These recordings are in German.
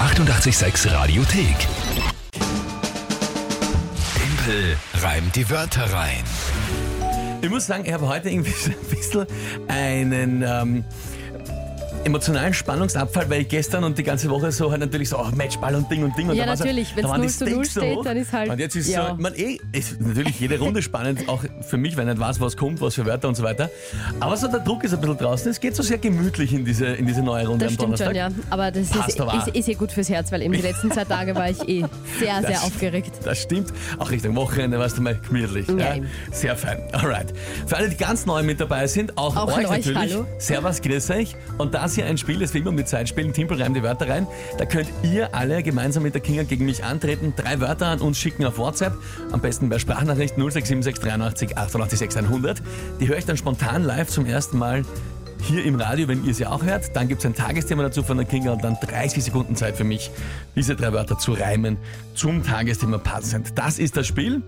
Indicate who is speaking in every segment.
Speaker 1: 886 Radiothek. Tempel reimt die Wörter rein.
Speaker 2: Ich muss sagen, ich habe heute irgendwie so ein bisschen einen ähm, emotionalen Spannungsabfall, weil ich gestern und die ganche Woche so halt natürlich so, oh, Matchball und Ding und Ding. Und
Speaker 3: Ja,
Speaker 2: dann war's
Speaker 3: natürlich,
Speaker 2: halt-
Speaker 3: wenn's
Speaker 2: da waren die
Speaker 3: 0 zu 0
Speaker 2: Stakes so
Speaker 3: steht,
Speaker 2: hoch.
Speaker 3: dann ist halt-
Speaker 2: Und jetzt ist
Speaker 3: ja.
Speaker 2: so, man eh, ist natürlich jede Runde spannend, auch für mich, wenn nicht weiß, was kommt, was für Wörter und so weiter. Aber so der Druck ist ein bisschen draußen. Es geht so sehr gemütlich in diese, in diese neue Runde
Speaker 3: Das
Speaker 2: am
Speaker 3: stimmt
Speaker 2: Donnerstag.
Speaker 3: schon, ja. Aber das
Speaker 2: Passt
Speaker 3: ist,
Speaker 2: aber auch.
Speaker 3: ist, ist eh gut fürs Herz, weil eben die letzten zwei Tage war ich eh sehr, sehr
Speaker 2: Das-
Speaker 3: aufgeregt.
Speaker 2: Das stimmt. Auch Richtung Wochenende warst du mal gemütlich. Ja.
Speaker 3: Ja, eben.
Speaker 2: Sehr fein. Alright. Für alle, die ganz neu mit dabei sind, auch,
Speaker 3: Auch an
Speaker 2: euch
Speaker 3: euch,
Speaker 2: natürlich.
Speaker 3: hallo.
Speaker 2: Servus, grüß euch. Und das hier ein Spiel, das wir immer mit Zeit spielen. Timpel reimt die Wörter rein. Da könnt ihr alle gemeinsam mit der Kinga gegen mich antreten. Drei Wörter an uns schicken auf WhatsApp. Am besten bei Sprachnachricht 0676 83 88 600. Die höre ich dann spontan live zum ersten Mal hier im Radio, wenn ihr sie auch hört. Dann gibt es ein Tagesthema dazu von der Kinga und dann 30 Sekunden Zeit für mich, diese drei Wörter zu reimen zum Tagesthema passend. Das ist das Spiel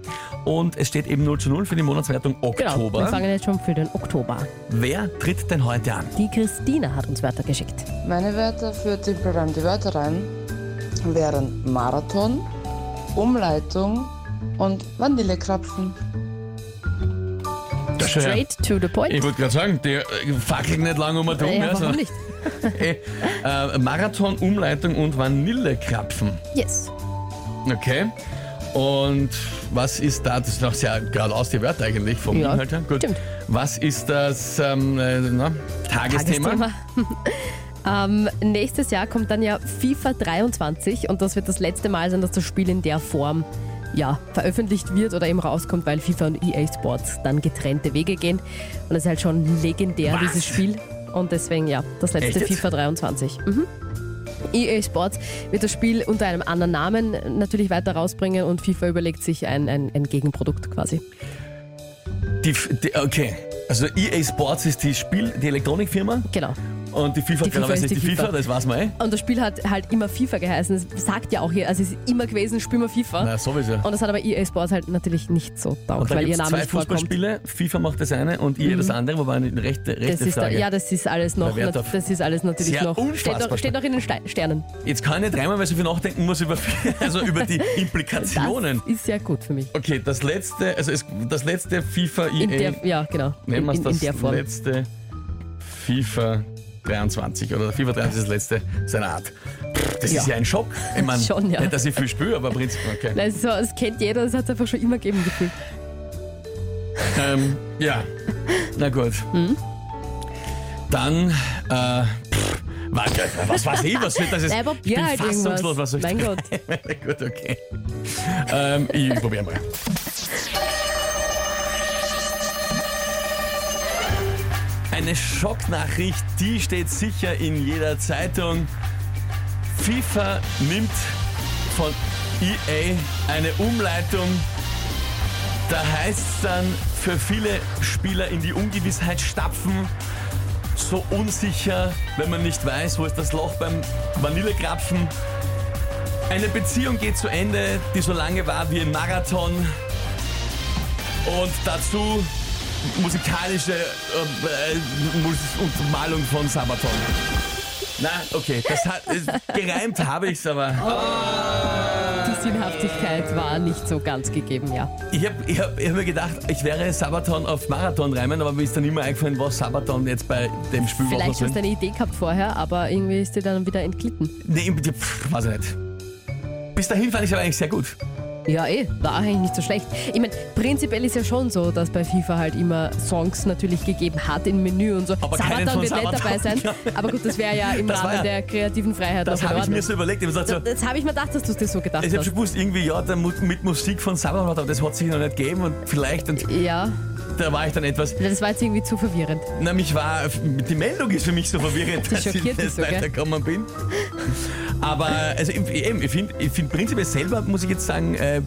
Speaker 2: und es steht eben 0 zu 0 für die Monatswertung
Speaker 3: Genau, wir
Speaker 2: Oktober.
Speaker 3: fangen jetzt schon für den Oktober.
Speaker 2: Wer tritt denn heute an?
Speaker 3: Die Christina hat uns Wörter geschickt.
Speaker 4: Meine Wörter für Timpelreim die Wörter rein wären Marathon, Umleitung und Vanillekrapfen.
Speaker 3: Straight to the point.
Speaker 2: Ich wollte gerade sagen, die äh, fackeln nicht lange um und um.
Speaker 3: ja, warum
Speaker 2: sondern-
Speaker 3: nicht?
Speaker 2: Äh, äh, Marathon, Umleitung und Vanillekrapfen.
Speaker 3: Yes.
Speaker 2: Okay. Und was ist da, das ist noch sehr geradeaus die Wörter eigentlich vom
Speaker 3: Ja,
Speaker 2: Inhalt her. Gut.
Speaker 3: stimmt.
Speaker 2: Was ist das ähm, äh, na, Tagesthema?
Speaker 3: ähm, nächstes Jahr kommt dann ja FIFA 23 und das wird das letzte Mal sein, dass das Spiel in der Form ja, veröffentlicht wird oder eben rauskommt, weil FIFA und EA Sports dann getrennte Wege gehen. Und es ist halt schon legendär,
Speaker 2: Was?
Speaker 3: dieses Spiel. Und deswegen ja, das
Speaker 2: Echt
Speaker 3: letzte
Speaker 2: jetzt?
Speaker 3: FIFA 23. Mhm. EA Sports wird das Spiel unter einem anderen Namen natürlich weiter rausbringen und FIFA überlegt sich ein, ein, ein Gegenprodukt quasi.
Speaker 2: Die, F- die, okay. Also EA Sports ist die Spiel, die Elektronikfirma
Speaker 3: Genau.
Speaker 2: und die FIFA,
Speaker 3: Die
Speaker 2: klarerweise
Speaker 3: FIFA ist
Speaker 2: ist die
Speaker 3: die
Speaker 2: FIFA,
Speaker 3: FIFA.
Speaker 2: das weiß man eh.
Speaker 3: Und das Spiel hat halt immer FIFA geheißen. Es sagt ja auch hier, also es ist immer gewesen, spielen wir FIFA.
Speaker 2: Na, sowieso.
Speaker 3: Ah. Und das hat aber EA Sports halt natürlich nicht so
Speaker 2: Und
Speaker 3: taugt,
Speaker 2: da
Speaker 3: weil
Speaker 2: gibt
Speaker 3: ihr
Speaker 2: es
Speaker 3: Name
Speaker 2: zwei
Speaker 3: nicht vorkommt. Mhm.
Speaker 2: Fußballspiele, FIFA macht das eine und EA das andere, wobei eine rechte,
Speaker 3: Das
Speaker 2: rechte
Speaker 3: ist da,
Speaker 2: Frage.
Speaker 3: ja, das ist alles noch,
Speaker 2: Wer darf-
Speaker 3: das ist alles natürlich
Speaker 2: Sehr
Speaker 3: noch. Steht
Speaker 2: unfassbar.
Speaker 3: noch, steht noch in den Stein- Sternen.
Speaker 2: Jetzt kann ich nicht dreimal, weil ich so viel nachdenken muss über, also über die Implikationen.
Speaker 3: Das ist ja gut für mich.
Speaker 2: Okay, das letzte, also es, das letzte FIFA EA.
Speaker 3: In der, ja, genau. In,
Speaker 2: Nehmen wir
Speaker 3: in,
Speaker 2: es das
Speaker 3: in der Form.
Speaker 2: letzte FIFA 23 oder FIFA 23 ist das letzte seiner Art. Pff, Das
Speaker 3: Ja.
Speaker 2: ist ja ein Schock. Ich mein,
Speaker 3: Schon, ja.
Speaker 2: Nicht, dass ich viel spüre, aber prinzipiell okay.
Speaker 3: Nein, so, das kennt jeder, das hat es einfach schon immer gegeben gefühlt.
Speaker 2: ähm, ja, na gut.
Speaker 3: Hm?
Speaker 2: Dann, äh, pff, warte, was weiß ich, was wird das jetzt?
Speaker 3: Nein,
Speaker 2: ich
Speaker 3: probier
Speaker 2: bin
Speaker 3: halt
Speaker 2: fassungslos,
Speaker 3: irgendwas.
Speaker 2: was soll ich
Speaker 3: Mein Gott.
Speaker 2: Na gut, okay. Ähm, ich probiere mal. Eine Schocknachricht, die steht sicher in jeder Zeitung. FIFA nimmt von EA eine Umleitung. Da heißt es dann für viele Spieler in die Ungewissheit stapfen. So unsicher, wenn man nicht weiß, wo ist das Loch beim Vanillekrapfen. Eine Beziehung geht zu Ende, die so lange war wie ein Marathon. Und dazu musikalische äh, äh, Mus und Malung von Sabaton. Na, okay, das hat, äh, gereimt habe ich es aber.
Speaker 3: Die Sinnhaftigkeit war nicht so ganz gegeben, ja.
Speaker 2: Ich habe ich hab, ich hab mir gedacht, ich wäre Sabaton auf Marathon reimen, aber mir ist dann immer eingefallen, was Sabaton jetzt bei dem Spiel war.
Speaker 3: Vielleicht hast du eine Idee gehabt vorher, aber irgendwie ist dir dann wieder entglitten.
Speaker 2: Nee, pff, weiß ich nicht. Bis dahin fand ich es aber eigentlich sehr gut.
Speaker 3: Ja, eh, war eigentlich nicht so schlecht. Ich meine, prinzipiell ist ja schon so, dass bei FIFA halt immer Songs natürlich gegeben hat im Menü und so.
Speaker 2: Aber keinen von
Speaker 3: Sabaton wird
Speaker 2: Sabaton.
Speaker 3: nicht dabei sein. Aber gut, das wäre ja im
Speaker 2: Das war
Speaker 3: Rahmen
Speaker 2: ja-
Speaker 3: der kreativen Freiheit
Speaker 2: Das
Speaker 3: noch in
Speaker 2: habe ich
Speaker 3: Ordnung. Also,
Speaker 2: mir so überlegt. Ich hab gesagt so,
Speaker 3: Das habe ich mir gedacht, dass du es dir so gedacht
Speaker 2: Ich habe
Speaker 3: hast.
Speaker 2: schon gewusst, irgendwie, ja, der Mu- mit Musik von Sabbermatt, aber das hat sich noch nicht gegeben und vielleicht, und
Speaker 3: Ja,
Speaker 2: da war ich dann etwas,
Speaker 3: das war jetzt irgendwie zu verwirrend.
Speaker 2: na, mich war, die Meldung ist für mich so verwirrend, dass ich
Speaker 3: schockiert dich
Speaker 2: nicht
Speaker 3: so, gell?
Speaker 2: weitergekommen bin. Aber, also, ich- eben, ich finde, ich find prinzipiell selber, muss ich jetzt sagen, äh,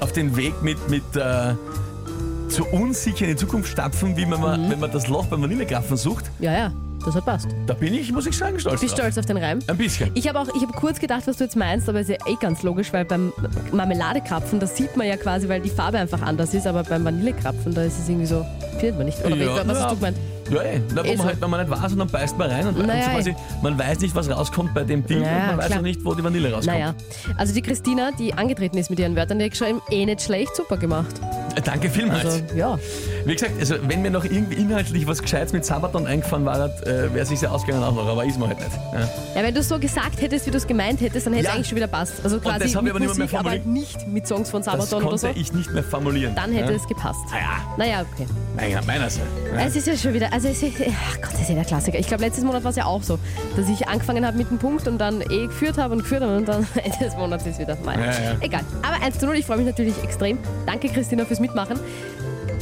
Speaker 2: auf den Weg mit, mit, äh,
Speaker 3: Mhm.
Speaker 2: zur unsicheren Zukunft stapfen, wie wenn man, wenn man das Loch beim Vanillekrapfen sucht.
Speaker 3: Ja, ja. Das hat passt.
Speaker 2: Da bin ich, muss ich sagen, stolz.
Speaker 3: Bist
Speaker 2: drauf.
Speaker 3: stolz auf den Reim?
Speaker 2: Ein bisschen.
Speaker 3: Ich habe auch, ich habe kurz gedacht, was du jetzt meinst, aber ist ja eh ganz logisch, weil beim Marmeladekrapfen, das sieht man ja quasi, weil die Farbe einfach anders ist, aber beim Vanillekrapfen, da ist es irgendwie so, findet man nicht. Oder
Speaker 2: Ja,
Speaker 3: was hast
Speaker 2: ja.
Speaker 3: du gemeint?
Speaker 2: Ja, ey. Na, wo
Speaker 3: Eh
Speaker 2: man
Speaker 3: so.
Speaker 2: halt, wenn man nicht weiß und dann beißt man rein und
Speaker 3: Naja,
Speaker 2: und quasi, man weiß nicht, was rauskommt bei dem Ding
Speaker 3: Ja,
Speaker 2: und man weiß
Speaker 3: klar.
Speaker 2: auch nicht, wo die Vanille rauskommt.
Speaker 3: Naja. Also die Christina, die angetreten ist mit ihren Wörtern, die hat geschrieben, eh nicht schlecht, super gemacht.
Speaker 2: Äh, Danke vielmals.
Speaker 3: Also, ja.
Speaker 2: Wie gesagt, also wenn mir noch irgendwie inhaltlich was Gescheites mit Sabaton eingefahren war, äh, wäre sicher ausgegangen auch noch, aber ist mir halt nicht. Ja.
Speaker 3: Ja, wenn du es so gesagt hättest, wie du es gemeint hättest, dann hätte es
Speaker 2: Ja.
Speaker 3: eigentlich schon wieder passt. Also quasi
Speaker 2: das hab ich
Speaker 3: mit
Speaker 2: aber nicht mehr
Speaker 3: Musik, aber
Speaker 2: formuliert.
Speaker 3: nicht mit Songs von
Speaker 2: Das
Speaker 3: Sabaton oder
Speaker 2: konnte
Speaker 3: so.
Speaker 2: ich nicht mehr formulieren.
Speaker 3: Dann hätte
Speaker 2: ja.
Speaker 3: es gepasst.
Speaker 2: Naja,
Speaker 3: Naja, okay.
Speaker 2: meiner, meinerseits. Ja.
Speaker 3: Es ist ja schon wieder, also es ist, ach Gott, das ist ja der Klassiker. Ich glaube, letztes Monat war es ja auch so, dass ich angefangen habe mit einem Punkt und dann eh geführt habe und geführt habe und dann Ende des Monats ist wieder mein.
Speaker 2: Ja, ja.
Speaker 3: Egal. Aber 1 zu 0, ich freue mich natürlich extrem. Danke, Christina, fürs Mitmachen.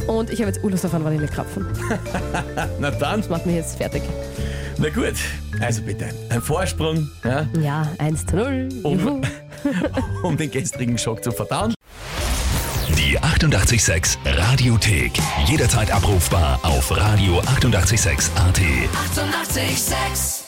Speaker 3: Und ich habe jetzt Urlust auf einen Vanillekrapfen.
Speaker 2: Na dann,
Speaker 3: Macht mich jetzt fertig.
Speaker 2: na gut. Also bitte, ein Vorsprung, ja,
Speaker 3: Ja, 1 zu 0. Juhu.
Speaker 2: um, um den gestrigen Schock zu verdauen.
Speaker 1: Die 886 Radiothek. Jederzeit abrufbar auf radio886.at. 886! 886.
Speaker 5: 886